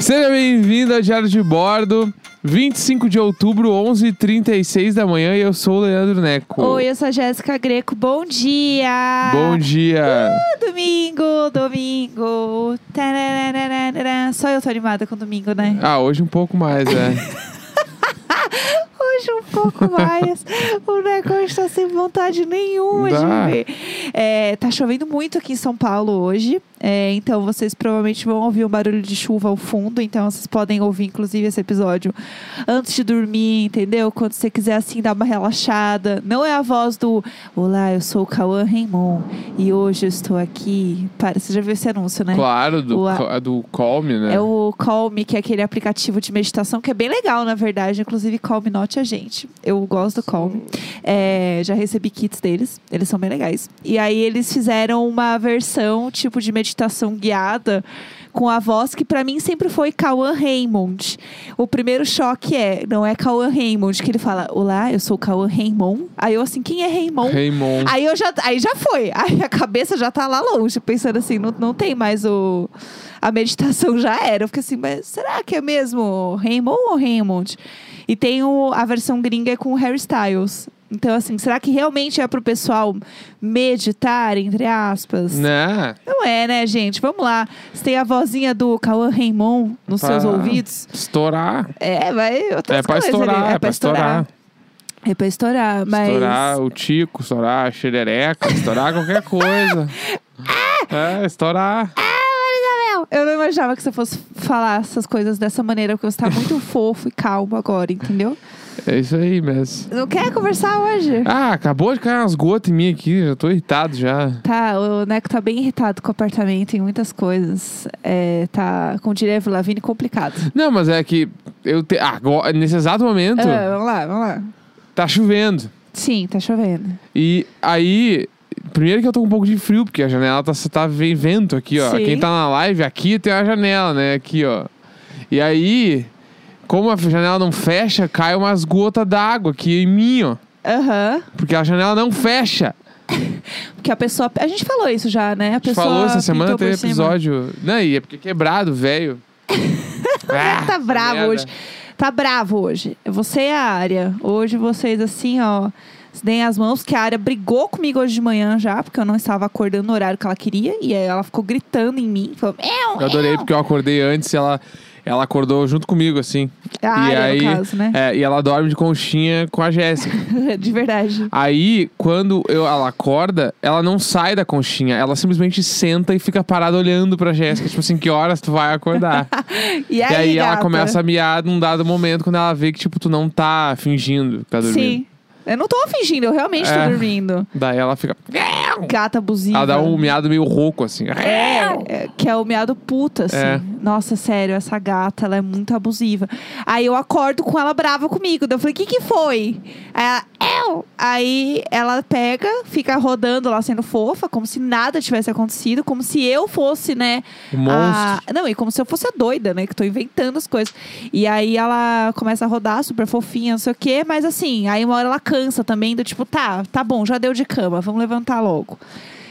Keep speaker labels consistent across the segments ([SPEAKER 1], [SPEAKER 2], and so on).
[SPEAKER 1] Seja bem-vindo a Diário de Bordo, 25 de outubro, 11h36 da manhã, e eu sou o Leandro Neco.
[SPEAKER 2] Oi, eu sou a Jéssica Greco. Bom dia!
[SPEAKER 1] Bom dia!
[SPEAKER 2] Ah, Domingo, domingo. Tarararararara. Só eu tô animada com domingo, né?
[SPEAKER 1] Ah, hoje um pouco mais, né?
[SPEAKER 2] Hoje um pouco mais. o Neco está sem vontade nenhuma
[SPEAKER 1] Dá.
[SPEAKER 2] de ver. É, tá chovendo muito aqui em São Paulo hoje. É, então vocês provavelmente vão ouvir um barulho de chuva ao fundo. Então vocês podem ouvir, inclusive, esse episódio antes de dormir, entendeu? Quando você quiser, assim, dar uma relaxada. Não é a voz do Olá, eu sou o Cauã Raymond e hoje eu estou aqui. Para... Você já viu esse anúncio, né?
[SPEAKER 1] Claro, do,
[SPEAKER 2] Ua-
[SPEAKER 1] co- do Colme, né?
[SPEAKER 2] É o Calm, que é aquele aplicativo de meditação que é bem legal, na verdade. Inclusive, Calm note a gente. Eu gosto do Calm. É, já recebi kits deles, eles são bem legais. E aí eles fizeram uma versão tipo de meditação guiada com a voz que pra mim sempre foi Cauã Raymond. O primeiro choque é, não é Cauã Raymond, que ele fala: "Olá, eu sou o Cauã Raymond". Aí eu assim: "Quem é Raymond?"
[SPEAKER 1] Raymond.
[SPEAKER 2] Aí eu já, aí já foi. Aí a cabeça já tá lá longe, pensando assim, não, não tem mais o. A meditação já era. Eu fiquei assim, mas será que é mesmo Raymond ou Raymond? E tem o, a versão gringa é com o Harry Styles. Então, assim, será que realmente é pro pessoal meditar, entre aspas?
[SPEAKER 1] Né?
[SPEAKER 2] Não é, né, gente? Vamos lá. Você tem a vozinha do Cauã Raymond nos
[SPEAKER 1] Pra-
[SPEAKER 2] seus ouvidos.
[SPEAKER 1] Estourar.
[SPEAKER 2] É, vai. outras
[SPEAKER 1] é pra
[SPEAKER 2] coisas
[SPEAKER 1] estourar,
[SPEAKER 2] ali. né?
[SPEAKER 1] é pra estourar.
[SPEAKER 2] É pra estourar, mas.
[SPEAKER 1] Estourar o tico, estourar a xerereca, estourar qualquer coisa. É, estourar.
[SPEAKER 2] Eu não imaginava que você fosse falar essas coisas dessa maneira, porque você tá muito fofo e calmo agora, entendeu?
[SPEAKER 1] É isso aí mesmo.
[SPEAKER 2] Não quer conversar hoje?
[SPEAKER 1] Ah, acabou de cair umas gotas em mim aqui, já tô irritado já.
[SPEAKER 2] Tá, o Neco tá bem irritado com o apartamento em muitas coisas. É, tá, com diria Lavigne, complicado.
[SPEAKER 1] Não, mas é que eu te... agora, nesse exato momento,
[SPEAKER 2] Ah, vamos lá, vamos lá.
[SPEAKER 1] tá chovendo.
[SPEAKER 2] Sim, tá chovendo.
[SPEAKER 1] E aí, primeiro que eu tô com um pouco de frio, porque a janela tá, tá vem vento aqui, ó.
[SPEAKER 2] Sim.
[SPEAKER 1] Quem tá na live aqui tem uma janela, né? Aqui, ó. E aí, como a janela não fecha, cai umas gotas d'água aqui em mim, ó.
[SPEAKER 2] Aham.
[SPEAKER 1] Porque a janela não fecha.
[SPEAKER 2] Porque a pessoa. A gente falou isso já, né? A
[SPEAKER 1] A gente
[SPEAKER 2] pessoa.
[SPEAKER 1] falou essa semana
[SPEAKER 2] pintou
[SPEAKER 1] tem
[SPEAKER 2] por cima. né?
[SPEAKER 1] episódio. Não, e é porque é quebrado, velho. Ah,
[SPEAKER 2] tá
[SPEAKER 1] essa
[SPEAKER 2] bravo
[SPEAKER 1] merda.
[SPEAKER 2] hoje. Tá bravo hoje. É Você e a área. Hoje vocês, assim, ó, se deem as mãos, que a área brigou comigo hoje de manhã já, porque eu não estava acordando no horário que ela queria. E aí ela ficou gritando em mim. Falou, eu,
[SPEAKER 1] Eu adorei porque eu acordei antes e ela, ela acordou junto comigo, assim.
[SPEAKER 2] É A
[SPEAKER 1] e
[SPEAKER 2] área,
[SPEAKER 1] aí,
[SPEAKER 2] no caso, né?
[SPEAKER 1] É, e ela dorme de conchinha com a Jéssica.
[SPEAKER 2] de verdade.
[SPEAKER 1] Aí, quando eu- ela acorda, ela não sai da conchinha. Ela simplesmente senta e fica parada olhando pra Jéssica. tipo assim, que horas tu vai acordar? e
[SPEAKER 2] E aí,
[SPEAKER 1] aí ela
[SPEAKER 2] gata?
[SPEAKER 1] começa a miar num dado momento quando ela vê que, tipo, tu não tá fingindo que tá dormindo.
[SPEAKER 2] Sim. Eu não tô fingindo, eu realmente
[SPEAKER 1] É.
[SPEAKER 2] tô dormindo.
[SPEAKER 1] Daí ela fica.
[SPEAKER 2] Gata abusiva.
[SPEAKER 1] Ela dá um miado meio rouco, assim.
[SPEAKER 2] É, é, que é o meado puta, assim.
[SPEAKER 1] É.
[SPEAKER 2] Nossa, sério, essa gata, ela é muito abusiva. Aí eu acordo com ela brava comigo. Daí eu falei, o que que foi? Aí ela, eu! Aí ela pega, fica rodando lá sendo fofa, como se nada tivesse acontecido, como se eu fosse, né?
[SPEAKER 1] O monstro.
[SPEAKER 2] a- Ah, Não, e como se eu fosse a doida, né? Que tô inventando as coisas. E aí ela começa a rodar, super fofinha, não sei o quê, mas assim, aí uma hora ela cansa também, do tipo, tá, tá bom, já deu de cama, vamos levantar logo.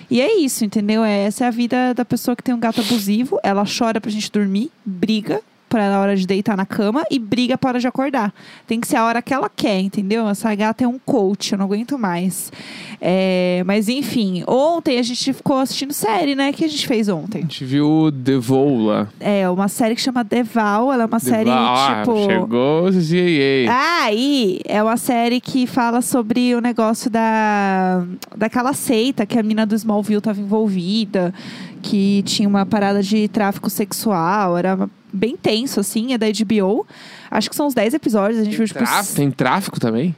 [SPEAKER 2] E é isso, entendeu? É, essa é a vida da pessoa que tem um gato abusivo. Ela chora pra gente dormir, briga pra na hora de deitar na cama e briga para hora de acordar. Tem que ser a hora que ela quer, entendeu? Essa gata é um coach, eu não aguento mais. É, mas enfim, ontem a gente ficou assistindo série, né? Que a gente fez
[SPEAKER 1] A
[SPEAKER 2] ontem.
[SPEAKER 1] gente viu The Vola.
[SPEAKER 2] É uma série que chama Deval. Ela é uma série
[SPEAKER 1] ah,
[SPEAKER 2] tipo. Ah,
[SPEAKER 1] Chegou o CIA.
[SPEAKER 2] Aí é uma série que fala sobre o negócio da daquela seita que a mina do Smallville estava envolvida, que tinha uma parada de tráfico sexual, era bem tenso assim, é da HBO. Acho que são uns 10 episódios, a gente
[SPEAKER 1] Tem,
[SPEAKER 2] viu tipo
[SPEAKER 1] tráfico, tem tráfico também?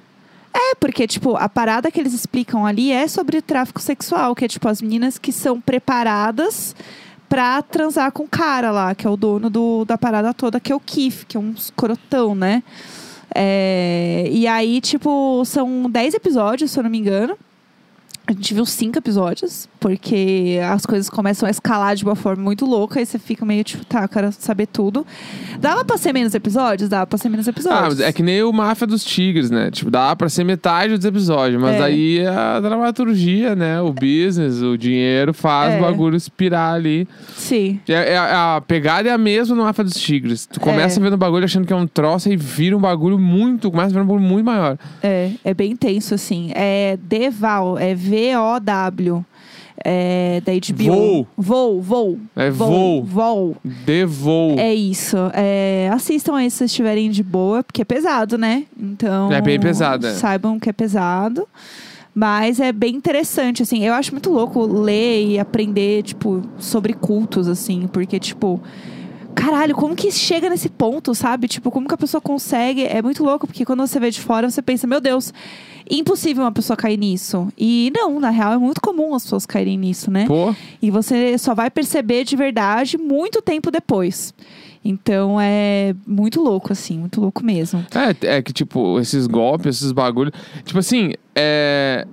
[SPEAKER 2] é, porque, tipo, a parada que eles explicam ali é sobre o tráfico sexual, que é, tipo, as meninas que são preparadas pra transar com o cara lá, que é o dono do- da parada toda, que é o Kif, que é um escrotão, né? É, e aí, tipo, são 10 episódios, se eu não me engano. A gente viu cinco episódios, porque as coisas começam a escalar de uma forma muito louca, e você fica meio tipo, tá, eu quero saber tudo. Dava pra ser menos episódios? Dava pra ser menos
[SPEAKER 1] Ah, mas
[SPEAKER 2] episódios.
[SPEAKER 1] é que nem o Máfia dos Tigres, né? Tipo, dá pra ser metade dos episódios, mas
[SPEAKER 2] É.
[SPEAKER 1] aí a dramaturgia, né? O business, o dinheiro faz
[SPEAKER 2] É.
[SPEAKER 1] o bagulho expirar ali.
[SPEAKER 2] Sim.
[SPEAKER 1] É, é- a pegada é a mesma no Máfia dos Tigres. Tu começa
[SPEAKER 2] É.
[SPEAKER 1] vendo o bagulho achando que é um troço e vira um bagulho muito. Começa a virar um bagulho muito maior.
[SPEAKER 2] É, é bem intenso, assim. É Deval, é V-O-W. É, da HBO.
[SPEAKER 1] Voo.
[SPEAKER 2] Voo, voo.
[SPEAKER 1] É
[SPEAKER 2] Voo.
[SPEAKER 1] voo.
[SPEAKER 2] voo.
[SPEAKER 1] Devoo.
[SPEAKER 2] É isso. É, assistam aí se vocês estiverem de boa, porque é pesado, né? Então.
[SPEAKER 1] É bem pesado, é.
[SPEAKER 2] Saibam que é pesado. Mas é bem interessante, assim. Eu acho muito louco ler e aprender, tipo, sobre cultos, assim, porque, tipo. Caralho, como que chega nesse ponto, sabe? Tipo, como que a pessoa consegue? É muito louco, porque quando você vê de fora, você pensa, meu Deus, impossível uma pessoa cair nisso. E não, na real, é muito comum as pessoas caírem nisso, né?
[SPEAKER 1] Pô,
[SPEAKER 2] E você só vai perceber de verdade muito tempo depois. Então é muito louco, assim, muito louco mesmo.
[SPEAKER 1] é, é que, tipo, esses golpes, esses bagulhos. Tipo assim, é.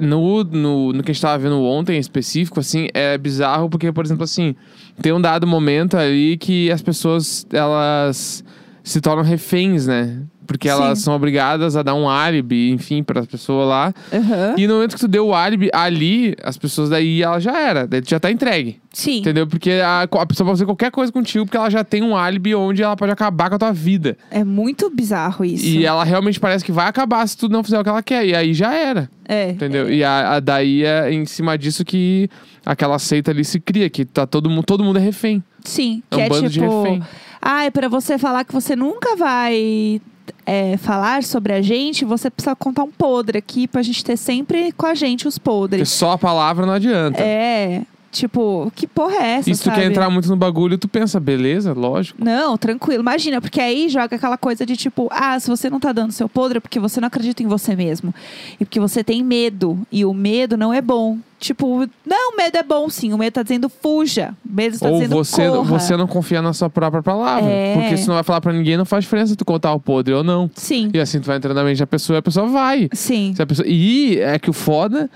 [SPEAKER 1] No, no, no que a gente tava vendo ontem em específico, assim, é bizarro porque, por exemplo, assim, tem um dado momento ali que as pessoas, elas se tornam reféns, né? Porque elas
[SPEAKER 2] Sim.
[SPEAKER 1] são obrigadas a dar um álibi, enfim, para as pessoas lá.
[SPEAKER 2] Aham.
[SPEAKER 1] E no momento que tu deu o álibi ali, as pessoas daí, ela já era, daí tu já tá entregue.
[SPEAKER 2] Sim.
[SPEAKER 1] Entendeu? Porque a, a pessoa pode fazer qualquer coisa contigo, porque ela já tem um álibi onde ela pode acabar com a tua vida.
[SPEAKER 2] É muito bizarro isso.
[SPEAKER 1] E ela realmente parece que vai acabar se tu não fizer o que ela quer. E aí já era.
[SPEAKER 2] É.
[SPEAKER 1] Entendeu? E a, a- daí é em cima disso que aquela seita ali se cria, que tá todo mundo, todo mundo é refém.
[SPEAKER 2] Sim.
[SPEAKER 1] É
[SPEAKER 2] que
[SPEAKER 1] um
[SPEAKER 2] é
[SPEAKER 1] bando de
[SPEAKER 2] tipo.
[SPEAKER 1] refém.
[SPEAKER 2] Ah, é pra você falar que você nunca vai é, falar sobre a gente, você precisa contar um podre aqui pra gente ter sempre com a gente os
[SPEAKER 1] Porque
[SPEAKER 2] podres.
[SPEAKER 1] só a palavra não adianta.
[SPEAKER 2] É. Tipo, que porra é essa?
[SPEAKER 1] e se tu
[SPEAKER 2] sabe?
[SPEAKER 1] quer entrar muito no bagulho, tu pensa, beleza, lógico.
[SPEAKER 2] Não, tranquilo. Imagina, porque aí joga aquela coisa de tipo, ah, se você não tá dando seu podre é porque você não acredita em você mesmo. E porque você tem medo. E o medo não é bom. Tipo, não, o medo é bom sim. O medo tá dizendo fuja. O medo tá
[SPEAKER 1] Ou
[SPEAKER 2] dizendo
[SPEAKER 1] você,
[SPEAKER 2] corra.
[SPEAKER 1] você não confia na sua própria palavra.
[SPEAKER 2] É.
[SPEAKER 1] Porque se não vai falar pra ninguém, não faz diferença tu contar o podre ou não.
[SPEAKER 2] Sim,
[SPEAKER 1] E assim tu vai entrando na mente da pessoa e a pessoa vai.
[SPEAKER 2] sim.
[SPEAKER 1] Se a pessoa- E é que o foda,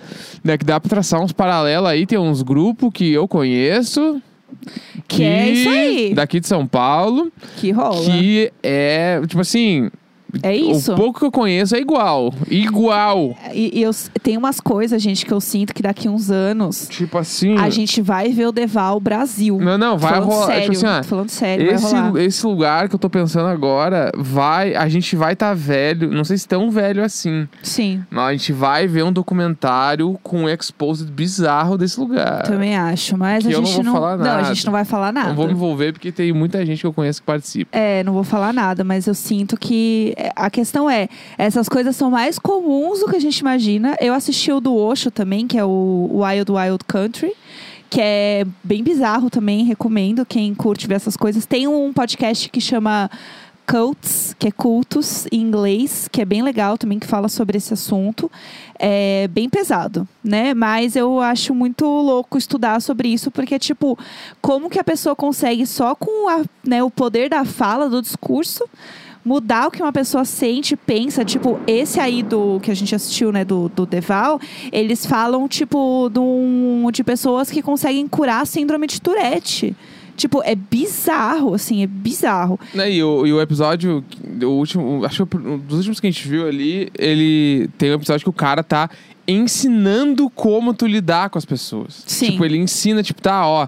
[SPEAKER 1] né, que dá pra traçar uns paralelos aí, tem uns grupos que eu conheço.
[SPEAKER 2] Que é isso aí.
[SPEAKER 1] Daqui de São Paulo,
[SPEAKER 2] Que rola.
[SPEAKER 1] que é, tipo assim,
[SPEAKER 2] É isso.
[SPEAKER 1] o pouco que eu conheço é igual. Igual.
[SPEAKER 2] E, e eu, s- tem umas coisas, gente, que eu sinto que daqui uns anos
[SPEAKER 1] Tipo assim.
[SPEAKER 2] a gente vai ver o Deval Brasil.
[SPEAKER 1] Não, não, vai
[SPEAKER 2] falando
[SPEAKER 1] rolar.
[SPEAKER 2] Sério,
[SPEAKER 1] Tipo assim, ó,
[SPEAKER 2] tô falando sério,
[SPEAKER 1] Esse,
[SPEAKER 2] vai rolar.
[SPEAKER 1] esse lugar que eu tô pensando agora, vai, a gente vai estar velho, não sei se tão velho assim,
[SPEAKER 2] Sim,
[SPEAKER 1] mas a gente vai ver um documentário com um exposed bizarro desse lugar.
[SPEAKER 2] também acho. Mas
[SPEAKER 1] que
[SPEAKER 2] a
[SPEAKER 1] eu não
[SPEAKER 2] gente
[SPEAKER 1] vou
[SPEAKER 2] não.
[SPEAKER 1] falar
[SPEAKER 2] Não, a
[SPEAKER 1] nada.
[SPEAKER 2] gente não vai falar nada.
[SPEAKER 1] Não vou me envolver porque tem muita gente que eu conheço que participa.
[SPEAKER 2] É, não vou falar nada, mas eu sinto que é, a questão é, essas coisas são mais comuns do que a gente imagina. Eu assisti o do Osho também, que é o Wild Wild Country, que é bem bizarro também, recomendo quem curte ver essas coisas. Tem um podcast que chama Cults, que é cultos em inglês, que é bem legal também, que fala sobre esse assunto. É bem pesado, né? Mas eu acho muito louco estudar sobre isso, porque, tipo, como que a pessoa consegue só com a- né, o poder da fala, do discurso, mudar o que uma pessoa sente, pensa, tipo, esse aí do que a gente assistiu, né, do, do Deval, eles falam, tipo, de, um- de pessoas que conseguem curar a síndrome de Tourette. Tipo, é bizarro, assim, é bizarro.
[SPEAKER 1] Né, E o, e o episódio, que- o último, acho que um dos últimos que a gente viu ali, ele tem um episódio que o cara tá ensinando como tu lidar com as pessoas.
[SPEAKER 2] Sim.
[SPEAKER 1] Tipo, ele ensina, tipo, tá, ó. ah,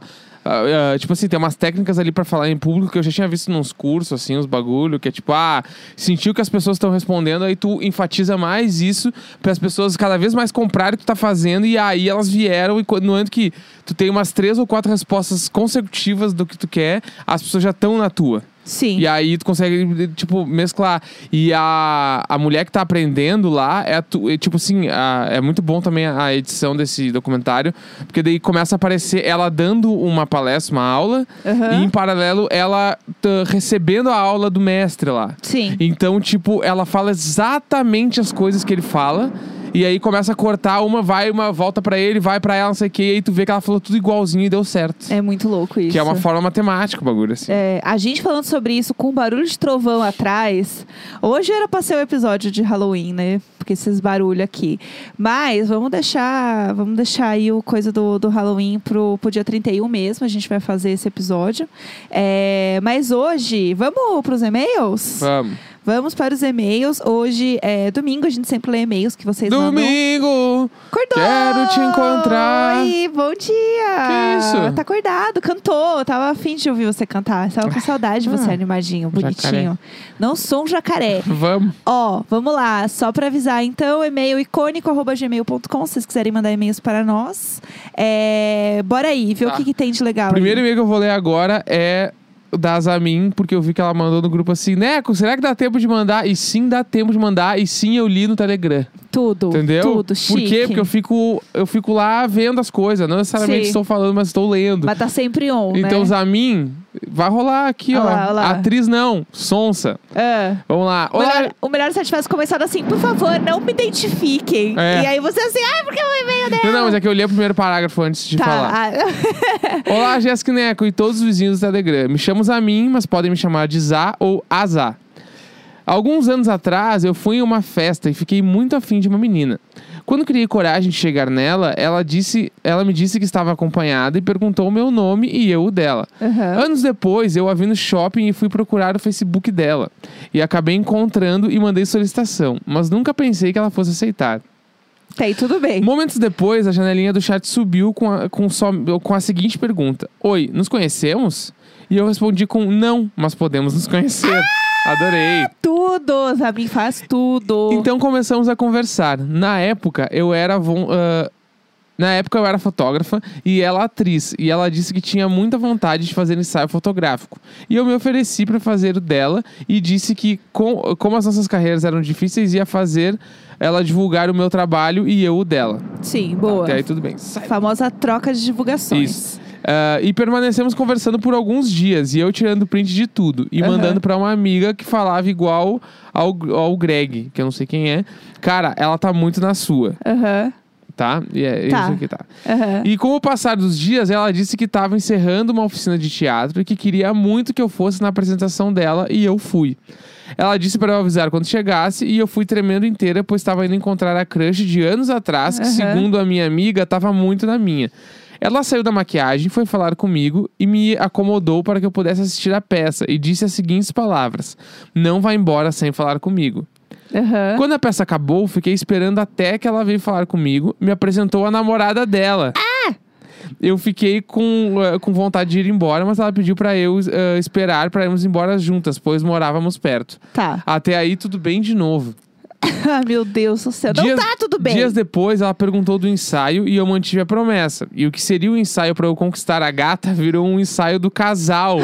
[SPEAKER 1] ah, tipo assim, tem umas técnicas ali pra falar em público que eu já tinha visto nos cursos, assim, uns bagulho, que é tipo, ah, sentiu que as pessoas estão respondendo, aí tu enfatiza mais isso para as pessoas cada vez mais comprarem o que tu tá fazendo, e aí elas vieram, e quando- no momento que tu tem umas três ou quatro respostas consecutivas do que tu quer, as pessoas já estão na tua.
[SPEAKER 2] Sim.
[SPEAKER 1] E aí tu consegue, tipo, mesclar. E a, a mulher que tá aprendendo lá é, a tu- é, tipo assim, a- é muito bom também a edição desse documentário, porque daí começa a aparecer ela dando uma palestra, uma aula,
[SPEAKER 2] Aham.
[SPEAKER 1] e em paralelo ela tá recebendo a aula do mestre lá.
[SPEAKER 2] Sim.
[SPEAKER 1] Então, tipo, ela fala exatamente as coisas que ele fala. E aí começa a cortar, uma vai, uma volta pra ele, vai pra ela, não sei o quê. E aí tu vê que ela falou tudo igualzinho e deu certo.
[SPEAKER 2] É muito louco isso.
[SPEAKER 1] Que é uma forma matemática o bagulho, assim.
[SPEAKER 2] É, a gente falando sobre isso com barulho de trovão atrás. Hoje era pra ser o episódio de Halloween, né? Porque esses barulhos aqui. Mas vamos deixar, vamos deixar aí o coisa do, do Halloween pro, pro dia 31 mesmo. A gente vai fazer esse episódio. É, mas hoje, vamos pros e-mails?
[SPEAKER 1] Vamos.
[SPEAKER 2] Vamos para os e-mails. Hoje é domingo, a gente sempre lê e-mails que vocês mandam.
[SPEAKER 1] Domingo!
[SPEAKER 2] Acordou!
[SPEAKER 1] Quero te encontrar.
[SPEAKER 2] Oi, bom dia!
[SPEAKER 1] Que isso?
[SPEAKER 2] Tá acordado, cantou. Tava afim de ouvir você cantar. Tava com saudade de
[SPEAKER 1] Ah,
[SPEAKER 2] você, animadinho, bonitinho. Não sou um jacaré.
[SPEAKER 1] Vamos.
[SPEAKER 2] Ó, vamos lá. Só pra avisar, então, e-mail icônico.gmail.com, se vocês quiserem mandar e-mails para nós. É, Bora aí, ver
[SPEAKER 1] Tá.
[SPEAKER 2] o que, que tem de legal. aí.
[SPEAKER 1] Primeiro e-mail que eu vou ler agora é o da Zamin, porque eu vi que ela mandou no grupo assim, Neco, será que dá tempo de mandar? E sim, dá tempo de mandar. E sim, eu li no Telegram.
[SPEAKER 2] Tudo,
[SPEAKER 1] Entendeu?
[SPEAKER 2] tudo, chique.
[SPEAKER 1] Por quê? Porque eu fico, eu fico lá vendo as coisas. Não necessariamente
[SPEAKER 2] Sim.
[SPEAKER 1] estou falando, mas estou lendo.
[SPEAKER 2] Mas tá sempre on,
[SPEAKER 1] então,
[SPEAKER 2] né?
[SPEAKER 1] Zamin, vai rolar aqui,
[SPEAKER 2] Olha
[SPEAKER 1] ó.
[SPEAKER 2] lá, olha lá.
[SPEAKER 1] Atriz não, sonsa.
[SPEAKER 2] É.
[SPEAKER 1] Vamos lá.
[SPEAKER 2] O
[SPEAKER 1] Olá.
[SPEAKER 2] melhor, o melhor é se eu tivesse começado assim, por favor, não me identifiquem.
[SPEAKER 1] É.
[SPEAKER 2] E aí você assim, ai, porque o e-mail dela.
[SPEAKER 1] Não, não, mas é que eu li o primeiro parágrafo antes de
[SPEAKER 2] tá,
[SPEAKER 1] falar.
[SPEAKER 2] ah,
[SPEAKER 1] Olá, Jéssica e Neco e todos os vizinhos do Telegram. Me chamo Zamin, mas podem me chamar de Zá ou Azá. Alguns anos atrás, eu fui em uma festa e fiquei muito afim de uma menina. Quando criei coragem de chegar nela, ela, disse, ela me disse que estava acompanhada e perguntou o meu nome e eu o dela.
[SPEAKER 2] Aham.
[SPEAKER 1] Anos depois, eu a vi no shopping e fui procurar o Facebook dela. E acabei encontrando e mandei solicitação, mas nunca pensei que ela fosse aceitar.
[SPEAKER 2] tá aí, tudo bem.
[SPEAKER 1] Momentos depois, a janelinha do chat subiu com a, com, só, com a seguinte pergunta: Oi, nos conhecemos? E eu respondi com não, mas podemos nos conhecer. Adorei.
[SPEAKER 2] Tudo, Zabim faz tudo.
[SPEAKER 1] Então começamos a conversar. Na época, eu era. von- ah, na época eu era fotógrafa e ela atriz, e ela disse que tinha muita vontade de fazer ensaio fotográfico. E eu me ofereci para fazer o dela e disse que, com- como as nossas carreiras eram difíceis, ia fazer ela divulgar o meu trabalho e eu o dela.
[SPEAKER 2] Sim, boa.
[SPEAKER 1] Até aí tudo bem.
[SPEAKER 2] Famosa troca de divulgações.
[SPEAKER 1] tá, Isso. Ah, e permanecemos conversando por alguns dias, e eu tirando print de tudo, e
[SPEAKER 2] Aham.
[SPEAKER 1] mandando pra uma amiga que falava igual ao, ao Greg, que eu não sei quem é. Cara, ela tá muito na sua,
[SPEAKER 2] Aham,
[SPEAKER 1] tá? E é
[SPEAKER 2] Tá.
[SPEAKER 1] isso que tá.
[SPEAKER 2] aham.
[SPEAKER 1] E com o passar dos dias, ela disse que estava encerrando uma oficina de teatro e que queria muito que eu fosse na apresentação dela, e eu fui. Ela disse para eu avisar quando chegasse, e eu fui tremendo inteira, pois estava indo encontrar a crush de anos atrás, que,
[SPEAKER 2] Aham.
[SPEAKER 1] segundo a minha amiga, estava muito na minha. Ela saiu da maquiagem, foi falar comigo e me acomodou para que eu pudesse assistir a peça, e disse as seguintes palavras: Não vá embora sem falar comigo.
[SPEAKER 2] aham.
[SPEAKER 1] Quando a peça acabou, fiquei esperando até que ela veio falar comigo, me apresentou a namorada dela. Ah! Eu fiquei com, eh, com vontade de ir embora, mas ela pediu pra eu eh, esperar pra irmos embora juntas, pois morávamos perto.
[SPEAKER 2] Tá.
[SPEAKER 1] Até aí, tudo bem de novo.
[SPEAKER 2] Ah, meu Deus do céu.
[SPEAKER 1] Dias-
[SPEAKER 2] não tá tudo bem.
[SPEAKER 1] Dias depois, ela perguntou do ensaio e eu mantive a promessa. E o que seria o ensaio pra eu conquistar a gata virou um ensaio do casal.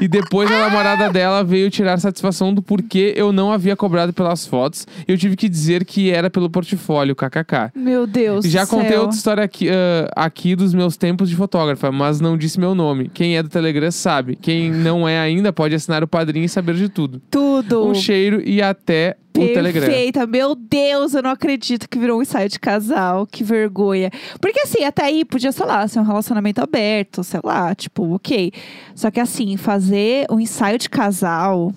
[SPEAKER 1] E depois a namorada dela veio tirar satisfação do porquê eu não havia cobrado pelas fotos. E eu tive que dizer que era pelo portfólio, kkk.
[SPEAKER 2] Meu Deus
[SPEAKER 1] Já
[SPEAKER 2] do céu.
[SPEAKER 1] contei outra história aqui, ah, aqui dos meus tempos de fotógrafa, mas não disse meu nome. Quem é do Telegram sabe. Quem não é ainda pode assinar o padrinho e saber de tudo.
[SPEAKER 2] Tudo.
[SPEAKER 1] Um cheiro e até o Telegram.
[SPEAKER 2] Perfeita, meu Deus, eu não acredito que virou um ensaio de casal, que vergonha. Porque assim, até aí podia, sei lá, ser um relacionamento aberto, sei lá, tipo, ok. Só que assim, fazer um ensaio de casal,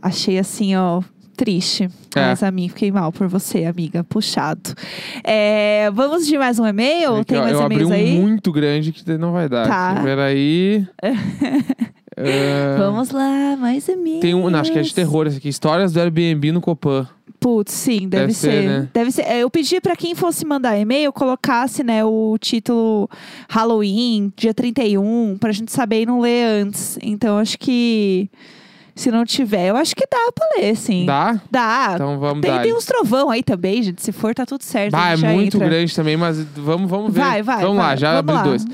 [SPEAKER 2] achei assim, ó, triste.
[SPEAKER 1] É.
[SPEAKER 2] Mas a mim, fiquei mal por você, amiga, puxado. É, vamos de mais um e-mail?
[SPEAKER 1] Peraí que
[SPEAKER 2] Tem
[SPEAKER 1] eu,
[SPEAKER 2] mais
[SPEAKER 1] eu abri
[SPEAKER 2] e-mails
[SPEAKER 1] um
[SPEAKER 2] aí?
[SPEAKER 1] muito grande que não vai dar.
[SPEAKER 2] Tá.
[SPEAKER 1] aqui. Peraí. Ah,
[SPEAKER 2] Vamos lá, mais e-mails.
[SPEAKER 1] Tem um. Não, acho que é de terror esse aqui. Histórias do Airbnb no Copan.
[SPEAKER 2] Putz, sim, deve,
[SPEAKER 1] Deve
[SPEAKER 2] ser.
[SPEAKER 1] ser, né?
[SPEAKER 2] Deve ser. É, Eu pedi pra quem fosse mandar e-mail, colocasse, né, o título Halloween, dia 31, pra gente saber e não ler antes. Então, acho que se não tiver, eu acho que dá pra ler, sim.
[SPEAKER 1] Dá?
[SPEAKER 2] Dá.
[SPEAKER 1] Então vamos
[SPEAKER 2] tem,
[SPEAKER 1] dar.
[SPEAKER 2] tem uns trovão aí também, gente. Se for, tá tudo certo.
[SPEAKER 1] Bah,
[SPEAKER 2] a
[SPEAKER 1] é
[SPEAKER 2] gente já
[SPEAKER 1] muito
[SPEAKER 2] entra.
[SPEAKER 1] grande também, mas vamos, vamos ver.
[SPEAKER 2] Vai, vai,
[SPEAKER 1] Vamos lá,
[SPEAKER 2] vai.
[SPEAKER 1] já
[SPEAKER 2] Vamos
[SPEAKER 1] abri
[SPEAKER 2] lá.
[SPEAKER 1] dois.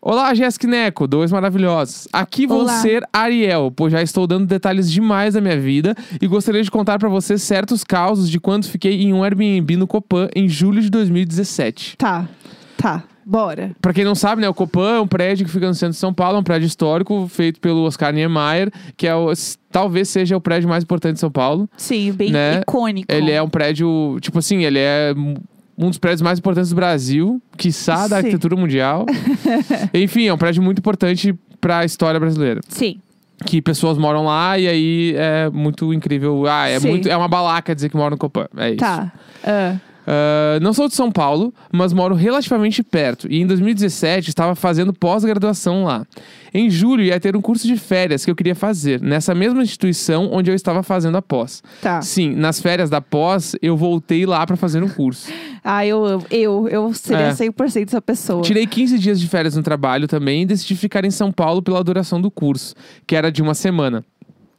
[SPEAKER 1] Olá, Jéssica e Neco, dois maravilhosos. Aqui vou
[SPEAKER 2] Olá.
[SPEAKER 1] ser Ariel, pois já estou dando detalhes demais da minha vida e gostaria de contar pra vocês certos causos de quando fiquei em um Airbnb no Copan em julho de 2017.
[SPEAKER 2] Tá, tá. Bora.
[SPEAKER 1] Pra quem não sabe, né, o Copan é um prédio que fica no centro de São Paulo, é um prédio histórico feito pelo Oscar Niemeyer, que é o- s- talvez seja o prédio mais importante de São Paulo.
[SPEAKER 2] Sim, bem
[SPEAKER 1] Né?
[SPEAKER 2] icônico.
[SPEAKER 1] Ele é um prédio, tipo assim, ele é um- um dos prédios mais importantes do Brasil, quiçá da
[SPEAKER 2] Sim.
[SPEAKER 1] arquitetura mundial. Enfim, é um prédio muito importante pra história brasileira.
[SPEAKER 2] Sim.
[SPEAKER 1] Que pessoas moram lá e aí é muito incrível. Ah, é,
[SPEAKER 2] Sim.
[SPEAKER 1] muito, é uma balaca dizer que mora no Copan. É isso.
[SPEAKER 2] Tá. Ah,
[SPEAKER 1] Ah, não sou de São Paulo, mas moro relativamente perto. E em 2017 estava fazendo pós-graduação lá. Em julho ia ter um curso de férias que eu queria fazer, nessa mesma instituição onde eu estava fazendo a pós.
[SPEAKER 2] tá.
[SPEAKER 1] Sim, nas férias da pós, eu voltei lá para fazer um curso.
[SPEAKER 2] Ah, eu amo. Eu, eu seria
[SPEAKER 1] É.
[SPEAKER 2] 100% essa pessoa.
[SPEAKER 1] Tirei 15 dias de férias no trabalho também e decidi ficar em São Paulo pela duração do curso, que era de uma semana.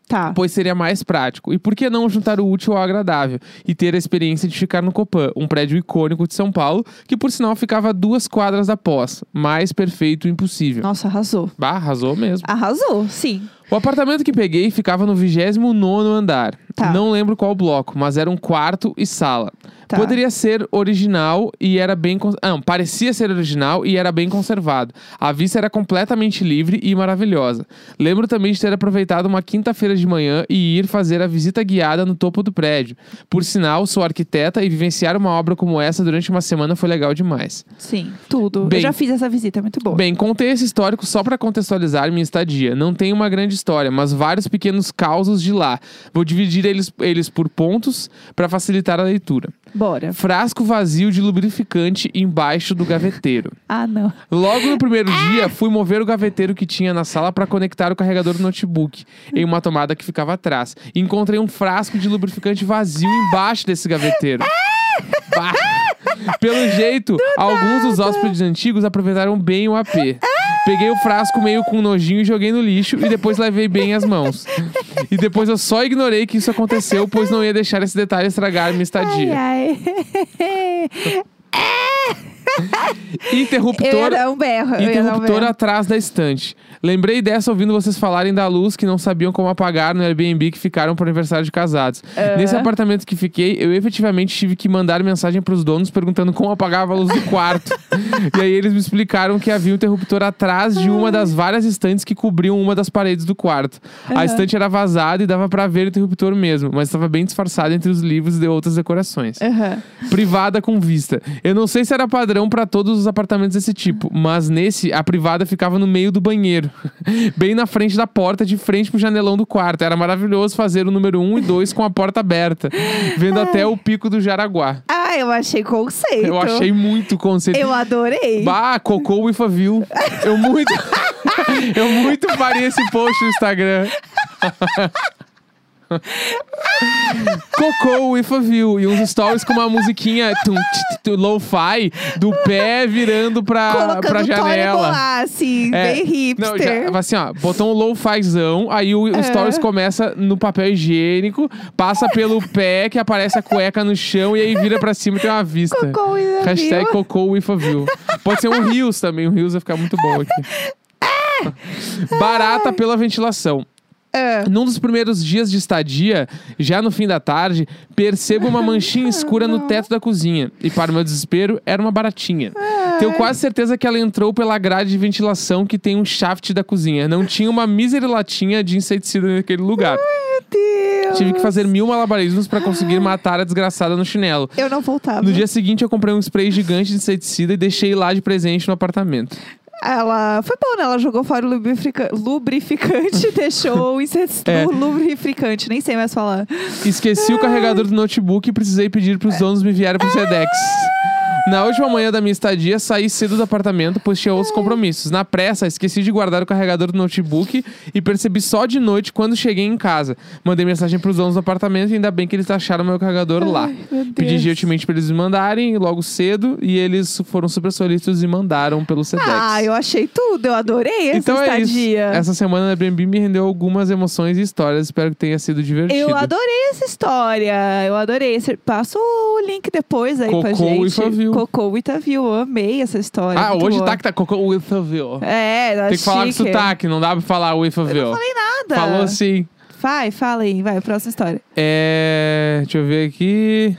[SPEAKER 2] Tá.
[SPEAKER 1] pois seria mais prático. E por que não juntar o útil ao agradável e ter a experiência de ficar no Copan, um prédio icônico de São Paulo, que por sinal ficava a duas quadras da pós. Mais perfeito impossível.
[SPEAKER 2] Nossa, arrasou.
[SPEAKER 1] Bah, arrasou mesmo.
[SPEAKER 2] Arrasou, sim.
[SPEAKER 1] O apartamento que peguei ficava no 29 andar.
[SPEAKER 2] Tá.
[SPEAKER 1] Não lembro qual bloco, mas era um quarto e sala.
[SPEAKER 2] Tá.
[SPEAKER 1] Poderia ser original e era bem. cons- Não, parecia ser original e era bem conservado. A vista era completamente livre e maravilhosa. Lembro também de ter aproveitado uma quinta-feira de manhã e ir fazer a visita guiada no topo do prédio. Por sinal, sou arquiteta e vivenciar uma obra como essa durante uma semana foi legal demais.
[SPEAKER 2] Sim, tudo.
[SPEAKER 1] Bem-
[SPEAKER 2] eu já fiz essa visita, é muito boa.
[SPEAKER 1] Bem, contei esse histórico só para contextualizar minha estadia. Não tem uma grande história, mas vários pequenos causos de lá. Vou dividir eles, eles por pontos para facilitar a leitura.
[SPEAKER 2] Bora.
[SPEAKER 1] Frasco vazio de lubrificante embaixo do gaveteiro.
[SPEAKER 2] Ah, não.
[SPEAKER 1] Logo no primeiro dia, fui mover o gaveteiro que tinha na sala para conectar o carregador do notebook em uma tomada que ficava atrás. Encontrei um frasco de lubrificante vazio embaixo desse gaveteiro. Bah. Pelo jeito, alguns dos hóspedes antigos aproveitaram bem o AP. Peguei o frasco meio com um nojinho e joguei no lixo e depois lavei bem as mãos. E depois eu só ignorei que isso aconteceu, pois não ia deixar esse detalhe estragar minha
[SPEAKER 2] Ai,
[SPEAKER 1] estadia.
[SPEAKER 2] ai. Eu ia
[SPEAKER 1] Interruptor
[SPEAKER 2] dar um berro. eu ia dar um
[SPEAKER 1] Interruptor
[SPEAKER 2] berro.
[SPEAKER 1] atrás da estante. Lembrei dessa ouvindo vocês falarem da luz que não sabiam como apagar no Airbnb que ficaram pro aniversário de casados. Nesse apartamento que fiquei, eu efetivamente tive que mandar mensagem pros donos perguntando como apagava a luz do quarto. e aí eles me explicaram que havia um interruptor atrás de uma das várias estantes que cobriam uma das paredes do quarto. A estante era vazada e dava pra ver o interruptor mesmo, mas estava bem disfarçado entre os livros e de outras decorações
[SPEAKER 2] Aham.
[SPEAKER 1] privada com vista. Eu não sei se era padrão pra todos os apartamentos desse tipo, mas nesse a privada ficava no meio do banheiro, bem na frente da porta, de frente pro janelão do quarto. Era maravilhoso fazer o número 1 um e 2 com a porta aberta, vendo até o pico do Jaraguá.
[SPEAKER 2] Ah, eu achei conceito.
[SPEAKER 1] Eu achei muito conceito.
[SPEAKER 2] Eu adorei.
[SPEAKER 1] Bah, cocô o Ifavil. Eu muito Eu muito faria esse post no Instagram. Cocô, o Ifavil e uns stories com uma musiquinha tum, tch, tch, tch, lo-fi do pé virando pra,
[SPEAKER 2] Colocando
[SPEAKER 1] pra
[SPEAKER 2] Tony
[SPEAKER 1] janela.
[SPEAKER 2] Bolá, assim,
[SPEAKER 1] É,
[SPEAKER 2] bem
[SPEAKER 1] Não,
[SPEAKER 2] hipster.
[SPEAKER 1] já, assim, ó, botou um low-fizão, aí o, o Stories começa no papel higiênico, passa pelo pé, que aparece a cueca no chão, e aí vira pra cima e tem uma vista.
[SPEAKER 2] Cocô e Ifavil.
[SPEAKER 1] Hashtag cocô Ifavil. Pode ser um rios também, um rios vai ficar muito bom aqui. Barata pela ventilação.
[SPEAKER 2] É! Ah,
[SPEAKER 1] Num dos primeiros dias de estadia, já no fim da tarde, percebo uma manchinha
[SPEAKER 2] Ah,
[SPEAKER 1] escura no teto da cozinha. E para o meu desespero, era uma baratinha.
[SPEAKER 2] Ah, é.
[SPEAKER 1] Tenho quase certeza que ela entrou pela grade de ventilação que tem um shaft da cozinha. Não tinha uma mísera latinha de inseticida naquele lugar.
[SPEAKER 2] meu Deus.
[SPEAKER 1] Tive que fazer mil malabarismos para conseguir matar a desgraçada no chinelo.
[SPEAKER 2] Eu não voltava.
[SPEAKER 1] No dia seguinte, eu comprei um spray gigante de inseticida e deixei lá de presente no apartamento.
[SPEAKER 2] Ela foi bom, né? Ela jogou fora o lubrifica- lubrificante e deixou o incesto
[SPEAKER 1] É.
[SPEAKER 2] o lubrificante. Nem sei mais falar.
[SPEAKER 1] Esqueci o carregador do notebook e precisei pedir pros donos me enviarem pro Sedex. Na última manhã da minha estadia, saí cedo do apartamento, pois tinha outros compromissos. Na pressa, esqueci de guardar o carregador do notebook e percebi só de noite quando cheguei em casa. Mandei mensagem pros donos do apartamento e ainda bem que eles acharam meu carregador lá.
[SPEAKER 2] Ai, meu Deus.
[SPEAKER 1] Pedi gentilmente pra eles me mandarem logo cedo e eles foram super solícitos e mandaram pelo Sedex.
[SPEAKER 2] Ah, eu achei tudo. Eu adorei essa
[SPEAKER 1] então é isso.
[SPEAKER 2] estadia.
[SPEAKER 1] Essa semana na Airbnb me rendeu algumas emoções e histórias. Espero que tenha sido divertido.
[SPEAKER 2] Eu adorei essa história. Eu adorei. Você passa o link depois aí pra
[SPEAKER 1] Cocô
[SPEAKER 2] gente.
[SPEAKER 1] e Favio.
[SPEAKER 2] Cocô e Favio. Eu amei essa história.
[SPEAKER 1] Ah,
[SPEAKER 2] é muito
[SPEAKER 1] hoje
[SPEAKER 2] boa.
[SPEAKER 1] tá que tá cocô Whiffaville.
[SPEAKER 2] É, tá
[SPEAKER 1] Tem que falar com
[SPEAKER 2] chique.
[SPEAKER 1] sotaque, não dá pra falar Whiffaville. Não falei
[SPEAKER 2] Nada.
[SPEAKER 1] Falou sim.
[SPEAKER 2] Vai, fala aí. Vai, próxima história.
[SPEAKER 1] É, deixa eu ver É, aqui.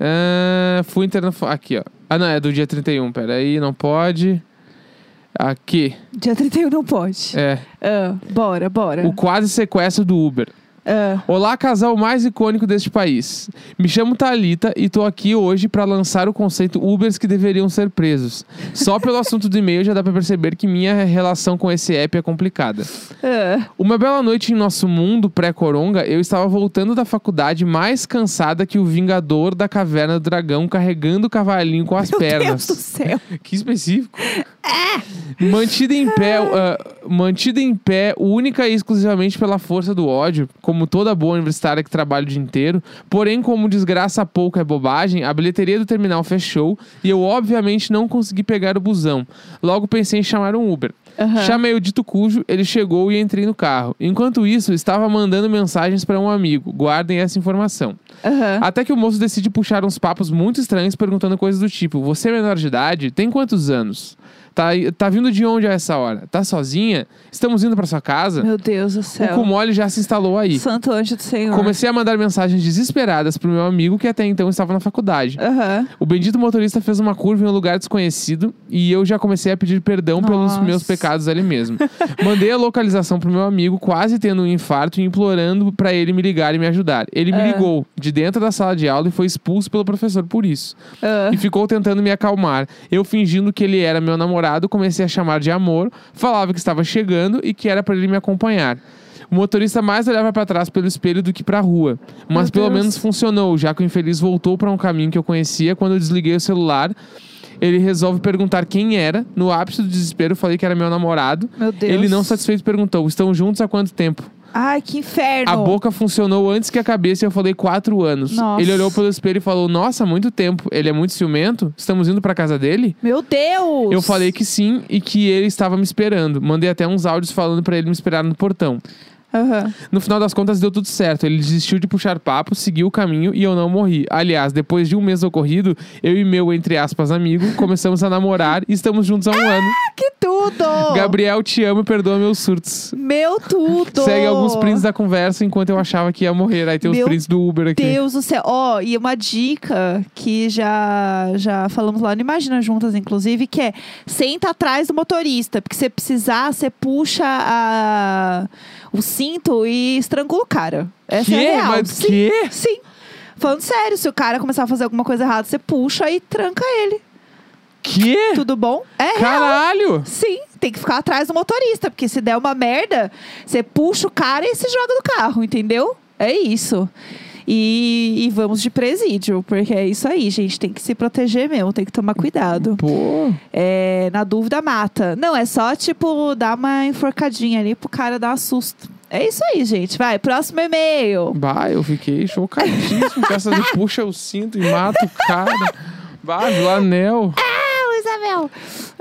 [SPEAKER 1] Ah, fui interna... Aqui, ó. Ah, não, é do dia 31. Peraí, não pode. Aqui.
[SPEAKER 2] Dia 31 não pode.
[SPEAKER 1] É.
[SPEAKER 2] Ah, bora, bora.
[SPEAKER 1] O quase sequestro do Uber.
[SPEAKER 2] Ah,
[SPEAKER 1] Olá, casal mais icônico deste país. Me chamo Thalita e tô aqui hoje para lançar o conceito Ubers que deveriam ser presos. Só pelo assunto do e-mail já dá para perceber que minha relação com esse app é complicada.
[SPEAKER 2] ah.
[SPEAKER 1] Uma bela noite em nosso mundo pré-coronga, eu estava voltando da faculdade mais cansada que o Vingador da Caverna do Dragão carregando o cavalinho com as
[SPEAKER 2] Meu
[SPEAKER 1] pernas.
[SPEAKER 2] Deus do céu.
[SPEAKER 1] Que específico. Mantida em pé, ah, mantida em pé única e exclusivamente pela força do ódio, como toda boa universitária que trabalha o dia inteiro, porém como desgraça pouco é bobagem, a bilheteria do terminal fechou e eu obviamente não consegui pegar o busão. Logo pensei em chamar um Uber.
[SPEAKER 2] Aham.
[SPEAKER 1] Chamei o dito cujo, ele chegou e entrei no carro. Enquanto isso, estava mandando mensagens para um amigo. Guardem essa informação.
[SPEAKER 2] Aham.
[SPEAKER 1] Até que o moço decide puxar uns papos muito estranhos, perguntando coisas do tipo: Você é menor de idade? Tem quantos anos? Tá, tá vindo de onde a essa hora? Tá sozinha? Estamos indo pra sua casa?
[SPEAKER 2] Meu Deus do
[SPEAKER 1] O
[SPEAKER 2] céu.
[SPEAKER 1] Kumoli já se instalou aí.
[SPEAKER 2] Santo anjo do Senhor.
[SPEAKER 1] Comecei a mandar mensagens desesperadas pro meu amigo que até então estava na faculdade.
[SPEAKER 2] Aham.
[SPEAKER 1] O bendito motorista fez uma curva em um lugar desconhecido e eu já comecei a pedir perdão
[SPEAKER 2] Nossa.
[SPEAKER 1] pelos meus pecados ali mesmo. Mandei a localização pro meu amigo, quase tendo um infarto e implorando pra ele me ligar e me ajudar. Ele me
[SPEAKER 2] Ah.
[SPEAKER 1] ligou de dentro da sala de aula e foi expulso pelo professor por isso.
[SPEAKER 2] Ah.
[SPEAKER 1] E ficou tentando me acalmar. Eu fingindo que ele era meu namorado, comecei a chamar de amor, falava que estava chegando e que era pra ele me acompanhar. O motorista mais olhava pra trás pelo espelho do que pra rua, mas
[SPEAKER 2] Meu
[SPEAKER 1] pelo
[SPEAKER 2] Deus.
[SPEAKER 1] menos funcionou, já que o infeliz voltou pra um caminho que eu conhecia quando eu desliguei o celular. Ele resolve perguntar quem era. No ápice do desespero, falei que era meu namorado.
[SPEAKER 2] Meu Deus.
[SPEAKER 1] Ele não satisfeito perguntou: "Estão juntos há quanto tempo?"
[SPEAKER 2] Ai, que inferno.
[SPEAKER 1] A boca funcionou antes que a cabeça e eu falei quatro anos.
[SPEAKER 2] Nossa.
[SPEAKER 1] Ele olhou pelo espelho e falou: Nossa, muito tempo. Ele é muito ciumento? Estamos indo pra casa dele?
[SPEAKER 2] Meu Deus.
[SPEAKER 1] Eu falei que sim e que ele estava me esperando. Mandei até uns áudios falando pra ele me esperar no portão.
[SPEAKER 2] Aham.
[SPEAKER 1] No final das contas, deu tudo certo. Ele desistiu de puxar papo, seguiu o caminho e eu não morri. Aliás, depois de um mês ocorrido, eu e meu, entre aspas, amigo, começamos a namorar e estamos juntos há um ano.
[SPEAKER 2] Que tudo.
[SPEAKER 1] Gabriel, te amo e perdoa meus surtos.
[SPEAKER 2] Meu tudo.
[SPEAKER 1] Segue alguns prints da conversa enquanto eu achava que ia morrer. Aí tem os
[SPEAKER 2] Meu
[SPEAKER 1] prints do Uber aqui.
[SPEAKER 2] Deus do céu. Ó, e uma dica que já, já falamos lá no Imagina Juntas, inclusive, que é senta atrás do motorista, porque se precisar, você puxa a- o cinto e estrangula o cara. Essa
[SPEAKER 1] Quê?
[SPEAKER 2] é a real.
[SPEAKER 1] Mas
[SPEAKER 2] sim,
[SPEAKER 1] quê?
[SPEAKER 2] sim. Falando sério, se o cara começar a fazer alguma coisa errada, você puxa e tranca ele.
[SPEAKER 1] Que?
[SPEAKER 2] Tudo bom? É real.
[SPEAKER 1] Caralho!
[SPEAKER 2] Sim, tem que ficar atrás do motorista, porque se der uma merda, você puxa o cara e se joga do carro, entendeu? É isso. E, e vamos de presídio, porque é isso aí, gente. Tem que se proteger mesmo, tem que tomar cuidado.
[SPEAKER 1] Pô,
[SPEAKER 2] É, na dúvida, mata. Não, é só, tipo, dar uma enforcadinha ali pro cara dar um susto. É isso aí, gente. Vai, próximo e-mail.
[SPEAKER 1] bah, eu fiquei chocadíssimo com essa de puxa o cinto e mata o cara. Bah, do anel.
[SPEAKER 2] Ah, Isabel.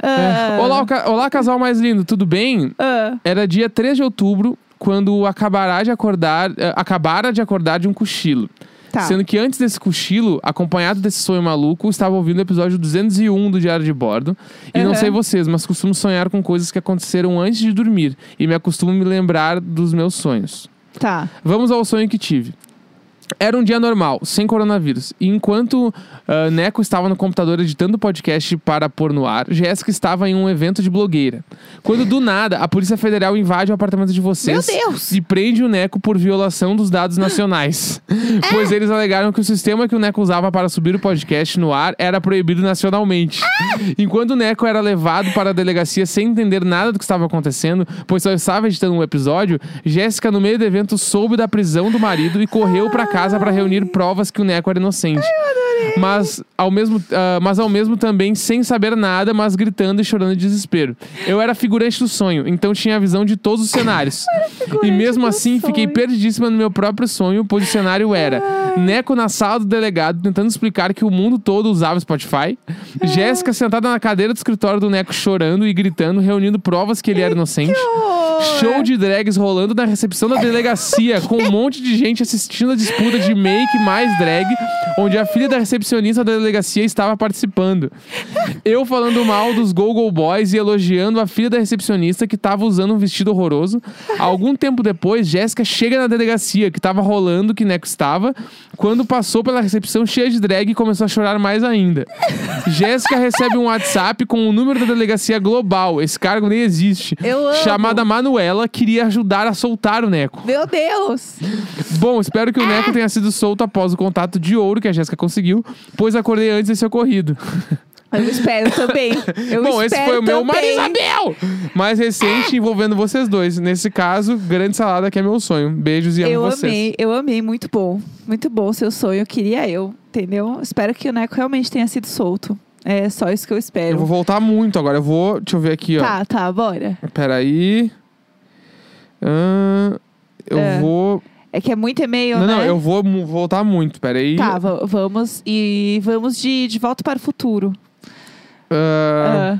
[SPEAKER 1] É. Olá, o ca- Olá, casal mais lindo, tudo bem?
[SPEAKER 2] Ah,
[SPEAKER 1] Era dia 3 de outubro, quando acabará de acordar, eh, acabara de acordar de um cochilo.
[SPEAKER 2] tá.
[SPEAKER 1] Sendo que antes desse cochilo, acompanhado desse sonho maluco, eu estava ouvindo o episódio 201 do Diário de Bordo. E não
[SPEAKER 2] Aham.
[SPEAKER 1] sei vocês, mas costumo sonhar com coisas que aconteceram antes de dormir. E me acostumo me lembrar dos meus sonhos.
[SPEAKER 2] Tá.
[SPEAKER 1] Vamos ao sonho que tive. Era um dia normal, sem coronavírus. E enquanto ah, Neco estava no computador editando o podcast para pôr no ar, Jéssica estava em um evento de blogueira. Quando do nada, a Polícia Federal invade o apartamento de vocês
[SPEAKER 2] Meu Deus!
[SPEAKER 1] e prende o Neco por violação dos dados nacionais. Pois eles alegaram que o sistema que o Neco usava para subir o podcast no ar era proibido nacionalmente. Enquanto o Neco era levado para a delegacia sem entender nada do que estava acontecendo, pois só estava editando um episódio, Jéssica, no meio do evento, soube da prisão do marido e correu para casa para reunir provas que o Neco era inocente. Mas ao, mesmo, ah, mas ao mesmo também sem saber nada, mas gritando e chorando de desespero. Eu era figurante do sonho, então tinha a visão de todos os cenários. e mesmo
[SPEAKER 2] do
[SPEAKER 1] assim fiquei
[SPEAKER 2] sonho.
[SPEAKER 1] perdidíssima no meu próprio sonho, pois o cenário era Neco na sala do delegado tentando explicar que o mundo todo usava Spotify,
[SPEAKER 2] É.
[SPEAKER 1] Jéssica sentada na cadeira do escritório do Neco chorando e gritando, reunindo provas que ele era inocente. Show de drags rolando na recepção da delegacia, com um monte de gente assistindo a disputa de make mais drag, onde a filha da recepcionista da delegacia estava participando. Eu falando mal dos Google Boys e elogiando a filha da recepcionista que estava usando um vestido horroroso. Algum tempo depois, Jéssica chega na delegacia, que estava rolando, que Neco estava, quando passou pela recepção cheia de drag e começou a chorar mais ainda. Jéssica recebe um WhatsApp com o número da delegacia global. Esse cargo nem existe.
[SPEAKER 2] Eu amo.
[SPEAKER 1] Chamada Manuela queria ajudar a soltar o Neco.
[SPEAKER 2] Meu Deus!
[SPEAKER 1] Bom, espero que o Neco tenha sido solto após o contato de ouro que a Jéssica conseguiu, pois acordei antes desse ocorrido.
[SPEAKER 2] Eu espero também. Eu
[SPEAKER 1] Bom, esse
[SPEAKER 2] espero
[SPEAKER 1] foi o meu
[SPEAKER 2] também.
[SPEAKER 1] Marisabel! Mais recente envolvendo vocês dois. Nesse caso, grande salada que é meu sonho. Beijos e amo
[SPEAKER 2] Eu
[SPEAKER 1] vocês.
[SPEAKER 2] amei, eu amei, muito bom. Muito bom o seu sonho, eu queria eu, entendeu? Espero que o Neco realmente tenha sido solto. É só isso que eu espero.
[SPEAKER 1] Eu vou voltar muito agora. Eu vou. Deixa eu ver aqui,
[SPEAKER 2] Tá, tá, bora.
[SPEAKER 1] ó. Peraí. Ahn, eu
[SPEAKER 2] É.
[SPEAKER 1] vou.
[SPEAKER 2] É que é muito e-mail,
[SPEAKER 1] não,
[SPEAKER 2] né?
[SPEAKER 1] não, eu vou mu- voltar muito. Peraí.
[SPEAKER 2] Tá, va- vamos e vamos de, de volta para o futuro.
[SPEAKER 1] Ahn,
[SPEAKER 2] Ah.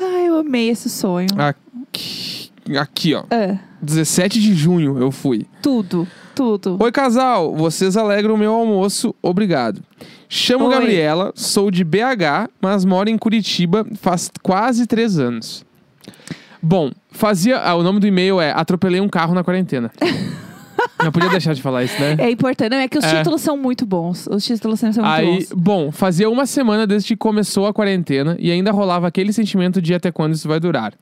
[SPEAKER 2] Ah, eu amei esse sonho.
[SPEAKER 1] aqui, aqui, ó.
[SPEAKER 2] Ah,
[SPEAKER 1] 17 de junho eu fui.
[SPEAKER 2] tudo, tudo.
[SPEAKER 1] Oi, casal. Vocês alegram o meu almoço. Obrigado. Chamo
[SPEAKER 2] Oi.
[SPEAKER 1] Gabriela, sou de BH, mas moro em Curitiba faz quase três anos. Bom, fazia. ah, o nome do e-mail é Atropelei um carro na quarentena. Não podia deixar de falar isso, né?
[SPEAKER 2] É importante, não, é que os
[SPEAKER 1] É.
[SPEAKER 2] títulos são muito bons. Os títulos sempre são muito
[SPEAKER 1] Aí,
[SPEAKER 2] bons.
[SPEAKER 1] bom, fazia uma semana desde que começou a quarentena e ainda rolava aquele sentimento de até quando isso vai durar.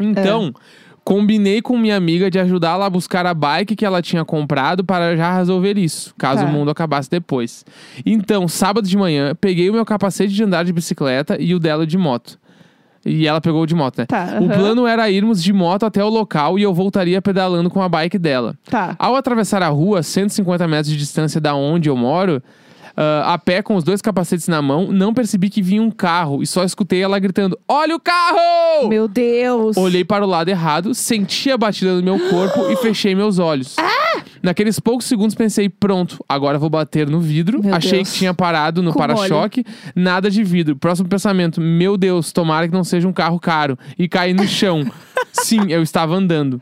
[SPEAKER 1] Então,
[SPEAKER 2] É.
[SPEAKER 1] combinei com minha amiga de ajudá-la a buscar a bike que ela tinha comprado para já resolver isso, caso
[SPEAKER 2] Tá.
[SPEAKER 1] o mundo acabasse depois. Então, sábado de manhã, peguei o meu capacete de andar de bicicleta e o dela de moto. E ela pegou o de moto, né?
[SPEAKER 2] Tá,
[SPEAKER 1] O
[SPEAKER 2] aham.
[SPEAKER 1] plano era irmos de moto até o local e eu voltaria pedalando com a bike dela.
[SPEAKER 2] Tá.
[SPEAKER 1] Ao atravessar a rua, 150 metros de distância da onde eu moro, ah, a pé com os dois capacetes na mão, não percebi que vinha um carro e só escutei ela gritando: Olha o carro!
[SPEAKER 2] Meu Deus.
[SPEAKER 1] Olhei para o lado errado, senti a batida no meu corpo e fechei meus olhos.
[SPEAKER 2] Ah!
[SPEAKER 1] Naqueles poucos segundos pensei, pronto, agora vou bater no vidro.
[SPEAKER 2] Meu
[SPEAKER 1] Achei
[SPEAKER 2] Deus.
[SPEAKER 1] que tinha parado no
[SPEAKER 2] Com
[SPEAKER 1] para-choque, nada de vidro. Próximo pensamento, meu Deus, tomara que não seja um carro caro. E caí no chão. Sim, eu estava andando.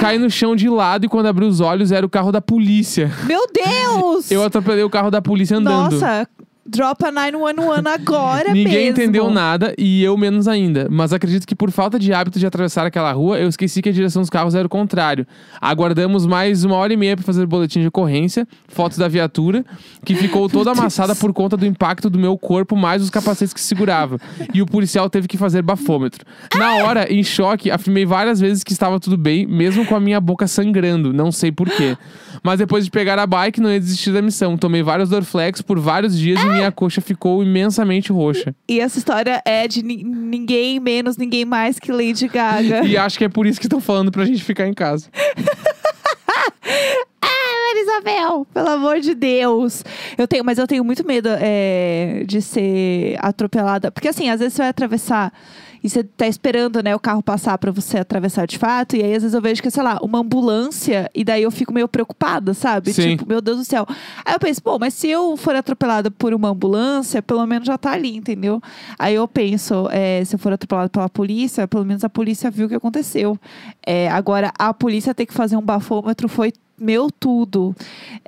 [SPEAKER 1] Caí no chão de lado e quando abri os olhos era o carro da polícia.
[SPEAKER 2] Meu Deus.
[SPEAKER 1] Eu atropelei o carro da polícia andando.
[SPEAKER 2] Nossa, dropa 911 agora
[SPEAKER 1] Ninguém
[SPEAKER 2] mesmo.
[SPEAKER 1] entendeu nada e eu menos ainda. Mas acredito que por falta de hábito de atravessar aquela rua, eu esqueci que a direção dos carros era o contrário. Aguardamos mais uma hora e meia para fazer boletim de ocorrência, fotos da viatura, que ficou toda amassada por conta do impacto do meu corpo, mais os capacetes que segurava. E o policial teve que fazer bafômetro. Na hora, em choque, afirmei várias vezes que estava tudo bem, mesmo com a minha boca sangrando, não sei porquê. Mas depois de pegar a bike, não ia desistir da missão. Tomei vários Dorflex por vários dias e minha coxa ficou imensamente roxa.
[SPEAKER 2] E essa história é de ni- ninguém menos, ninguém mais que Lady Gaga.
[SPEAKER 1] E acho que é por isso que estão falando pra gente ficar em casa.
[SPEAKER 2] Ana Isabel, pelo amor de Deus. Eu tenho, mas eu tenho muito medo é, de ser atropelada. Porque assim, às vezes você vai atravessar e você tá esperando, né, o carro passar pra você atravessar de fato. E aí, às vezes, eu vejo que, é, sei lá, uma ambulância, e daí eu fico meio preocupada, sabe?
[SPEAKER 1] Sim.
[SPEAKER 2] Tipo, meu Deus do céu. Aí eu penso, pô, mas se eu for atropelada por uma ambulância, pelo menos já tá ali, entendeu? Aí eu penso, é, se eu for atropelada pela polícia, pelo menos a polícia viu o que aconteceu. É, agora, a polícia ter que fazer um bafômetro foi meu tudo.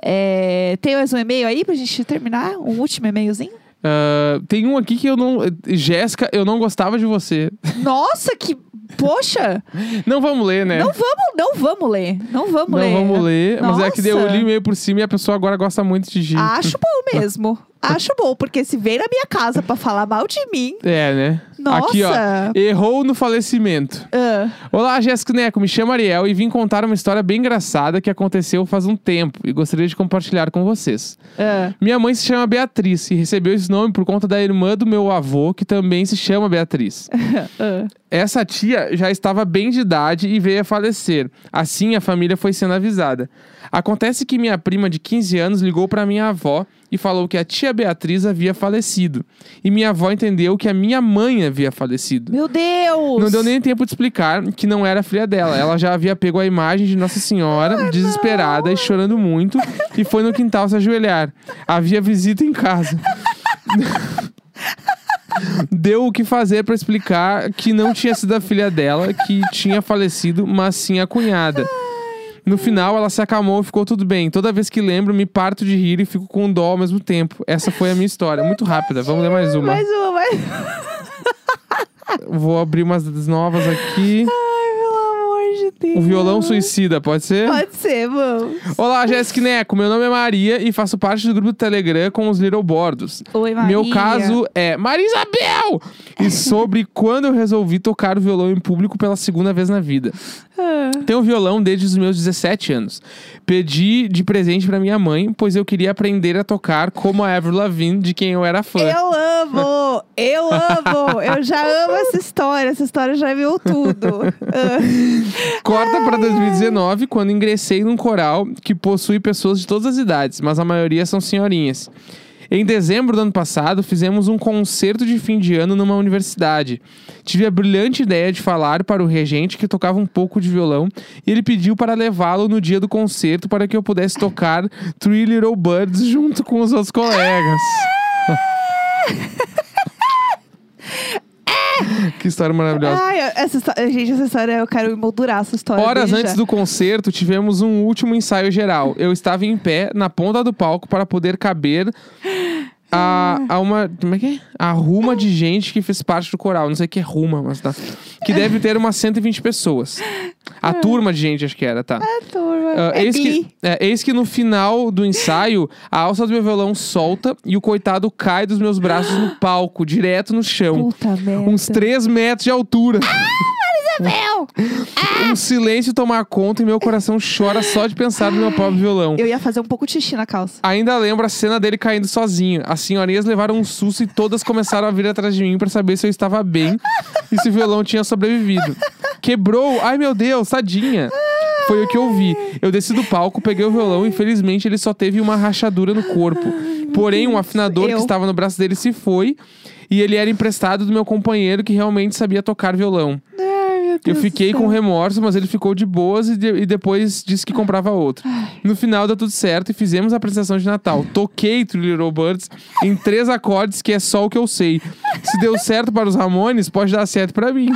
[SPEAKER 2] É, tem mais um e-mail aí pra gente terminar? Um último e-mailzinho?
[SPEAKER 1] Ah, tem um aqui que eu não. Jéssica, eu não gostava de você.
[SPEAKER 2] Nossa, que. Poxa!
[SPEAKER 1] Não vamos ler, né?
[SPEAKER 2] Não vamos, não vamos ler. Não vamos
[SPEAKER 1] Não
[SPEAKER 2] ler.
[SPEAKER 1] vamos ler. Mas é que eu
[SPEAKER 2] Nossa. Ah.
[SPEAKER 1] li meio por cima e a pessoa agora gosta muito de ti.
[SPEAKER 2] Acho bom mesmo. Acho bom, porque se vem na minha casa pra falar mal de mim.
[SPEAKER 1] É, né?
[SPEAKER 2] Nossa!
[SPEAKER 1] Aqui, ó. Errou no falecimento.
[SPEAKER 2] Ah,
[SPEAKER 1] Olá, Jéssica e Neco. Me chamo Ariel e vim contar uma história bem engraçada que aconteceu faz um tempo e gostaria de compartilhar com vocês.
[SPEAKER 2] ah.
[SPEAKER 1] Minha mãe se chama Beatriz e recebeu esse nome por conta da irmã do meu avô, que também se chama Beatriz.
[SPEAKER 2] Ah.
[SPEAKER 1] Essa tia já estava bem de idade e veio a falecer. Assim, a família foi sendo avisada. Acontece que minha prima de 15 anos ligou para minha avó e falou que a tia Beatriz havia falecido. E minha avó entendeu que a minha mãe havia falecido.
[SPEAKER 2] Meu Deus!
[SPEAKER 1] Não deu nem tempo de explicar que não era a filha dela. Ela já havia pego a imagem de Nossa Senhora, desesperada e chorando muito, e foi no quintal se ajoelhar. Havia visita em casa. Deu o que fazer para explicar que não tinha sido a filha dela que tinha falecido, mas sim a cunhada. No final, ela se acalmou e ficou tudo bem. Toda vez que lembro, me parto de rir e fico com dó ao mesmo tempo. Essa foi a minha história. Muito rápida. Vamos ler mais uma.
[SPEAKER 2] Mais uma, mais uma.
[SPEAKER 1] Vou abrir umas novas aqui.
[SPEAKER 2] Ai, pelo amor de Deus.
[SPEAKER 1] O Um violão é- suicida, pode ser?
[SPEAKER 2] Pode ser, vamos.
[SPEAKER 1] Olá, Jéssica e Neco. Meu nome é Maria e faço parte do grupo do Telegram com os Little Bordos.
[SPEAKER 2] Oi, Maria.
[SPEAKER 1] Meu caso é Marisabel! E sobre quando eu resolvi tocar o violão em público pela segunda vez na vida.
[SPEAKER 2] Ah.
[SPEAKER 1] Tenho um violão desde os meus 17 anos. Pedi de presente pra minha mãe, pois eu queria aprender a tocar como a Avril Lavigne, de quem eu era fã.
[SPEAKER 2] Eu amo! Eu amo! Eu já amo essa história. Essa história já viu tudo. Ah.
[SPEAKER 1] Corta pra 2019, quando ingressei num coral que possui pessoas de todas as idades, mas a maioria são senhorinhas. Em dezembro do ano passado, fizemos um concerto de fim de ano numa universidade. Tive a brilhante ideia de falar para o regente que tocava um pouco de violão e ele pediu para levá-lo no dia do concerto para que eu pudesse tocar Three Little Birds junto com os outros colegas. que história maravilhosa.
[SPEAKER 2] Ai, essa histó- gente, essa história, eu quero emoldurar essa história.
[SPEAKER 1] Horas
[SPEAKER 2] desde
[SPEAKER 1] antes
[SPEAKER 2] já.
[SPEAKER 1] do concerto, tivemos um último ensaio geral. Eu estava em pé, na ponta do palco, para poder caber a, a uma. Como é que é? A ruma de gente que fez parte do coral. Não sei o que é ruma, mas tá. Que deve ter umas 120 pessoas. A turma de gente, acho que era, tá.
[SPEAKER 2] Ah, turma.
[SPEAKER 1] Ah,
[SPEAKER 2] é
[SPEAKER 1] eis, que,
[SPEAKER 2] Glee.
[SPEAKER 1] é, eis que no final do ensaio, a alça do meu violão solta e o coitado cai dos meus braços no palco, direto no chão.
[SPEAKER 2] Puta merda.
[SPEAKER 1] Uns 3 metros de altura.
[SPEAKER 2] Meu!
[SPEAKER 1] Um silêncio tomar conta e meu coração chora só de pensar no meu pobre violão.
[SPEAKER 2] Eu ia fazer um pouco de xixi na calça.
[SPEAKER 1] Ainda lembro a cena dele caindo sozinho. As senhorinhas levaram um susto e todas começaram a vir atrás de mim pra saber se eu estava bem e se o violão tinha sobrevivido. Quebrou! Ai meu Deus, tadinha! Foi o que eu vi. Eu desci do palco, peguei o violão e infelizmente ele só teve uma rachadura no corpo. Porém, um afinador
[SPEAKER 2] Eu.
[SPEAKER 1] que estava no braço dele se foi e ele era emprestado do meu companheiro que realmente sabia tocar violão.
[SPEAKER 2] Ai, meu
[SPEAKER 1] Eu
[SPEAKER 2] Deus do
[SPEAKER 1] fiquei
[SPEAKER 2] céu.
[SPEAKER 1] com remorso, mas ele ficou de boas e, de- e depois disse que comprava outro. No final deu tudo certo e fizemos a apresentação de Natal. Toquei Three Little Birds em três acordes, que é só o que eu sei. Se deu certo para os Ramones, pode dar certo para
[SPEAKER 2] Ah,
[SPEAKER 1] mim.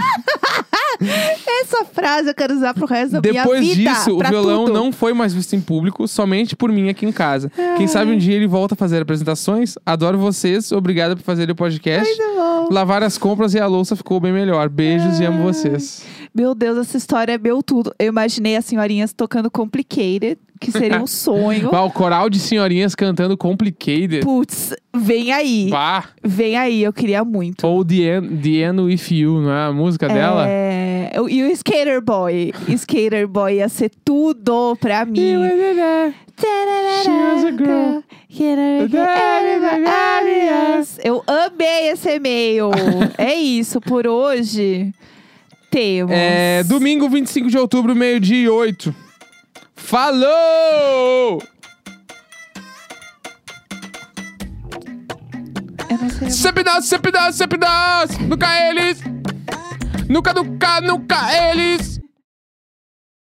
[SPEAKER 2] Essa frase eu quero usar pro resto da
[SPEAKER 1] depois
[SPEAKER 2] minha vida.
[SPEAKER 1] disso, o
[SPEAKER 2] pra
[SPEAKER 1] violão
[SPEAKER 2] tudo.
[SPEAKER 1] não foi mais visto em público, somente por mim aqui em casa. Quem sabe um dia ele volta a fazer apresentações? Adoro vocês, obrigado por fazerem o podcast.
[SPEAKER 2] Muito tá bom.
[SPEAKER 1] Lavar as compras e a louça ficou bem melhor. Beijos e amo vocês.
[SPEAKER 2] Meu Deus, essa história é meu tudo. Eu imaginei as senhorinhas tocando Complicated, que seria um sonho.
[SPEAKER 1] Bah, o coral de senhorinhas cantando Complicated.
[SPEAKER 2] Putz, vem aí.
[SPEAKER 1] Bah,
[SPEAKER 2] Vem aí, eu queria muito.
[SPEAKER 1] ou the end, the end With You, não é a música dela?
[SPEAKER 2] É... o- E o Skater Boy. Skater Boy ia ser tudo pra mim.
[SPEAKER 1] She was a girl.
[SPEAKER 2] Eu amei esse e-mail. é isso, por hoje temos.
[SPEAKER 1] É, domingo 25 de outubro, meio-dia e 8. Falou!
[SPEAKER 2] Eu não sei.
[SPEAKER 1] Sempre nós, sempre nós, sempre nós! Nunca eles! Nunca, nunca, nunca eles!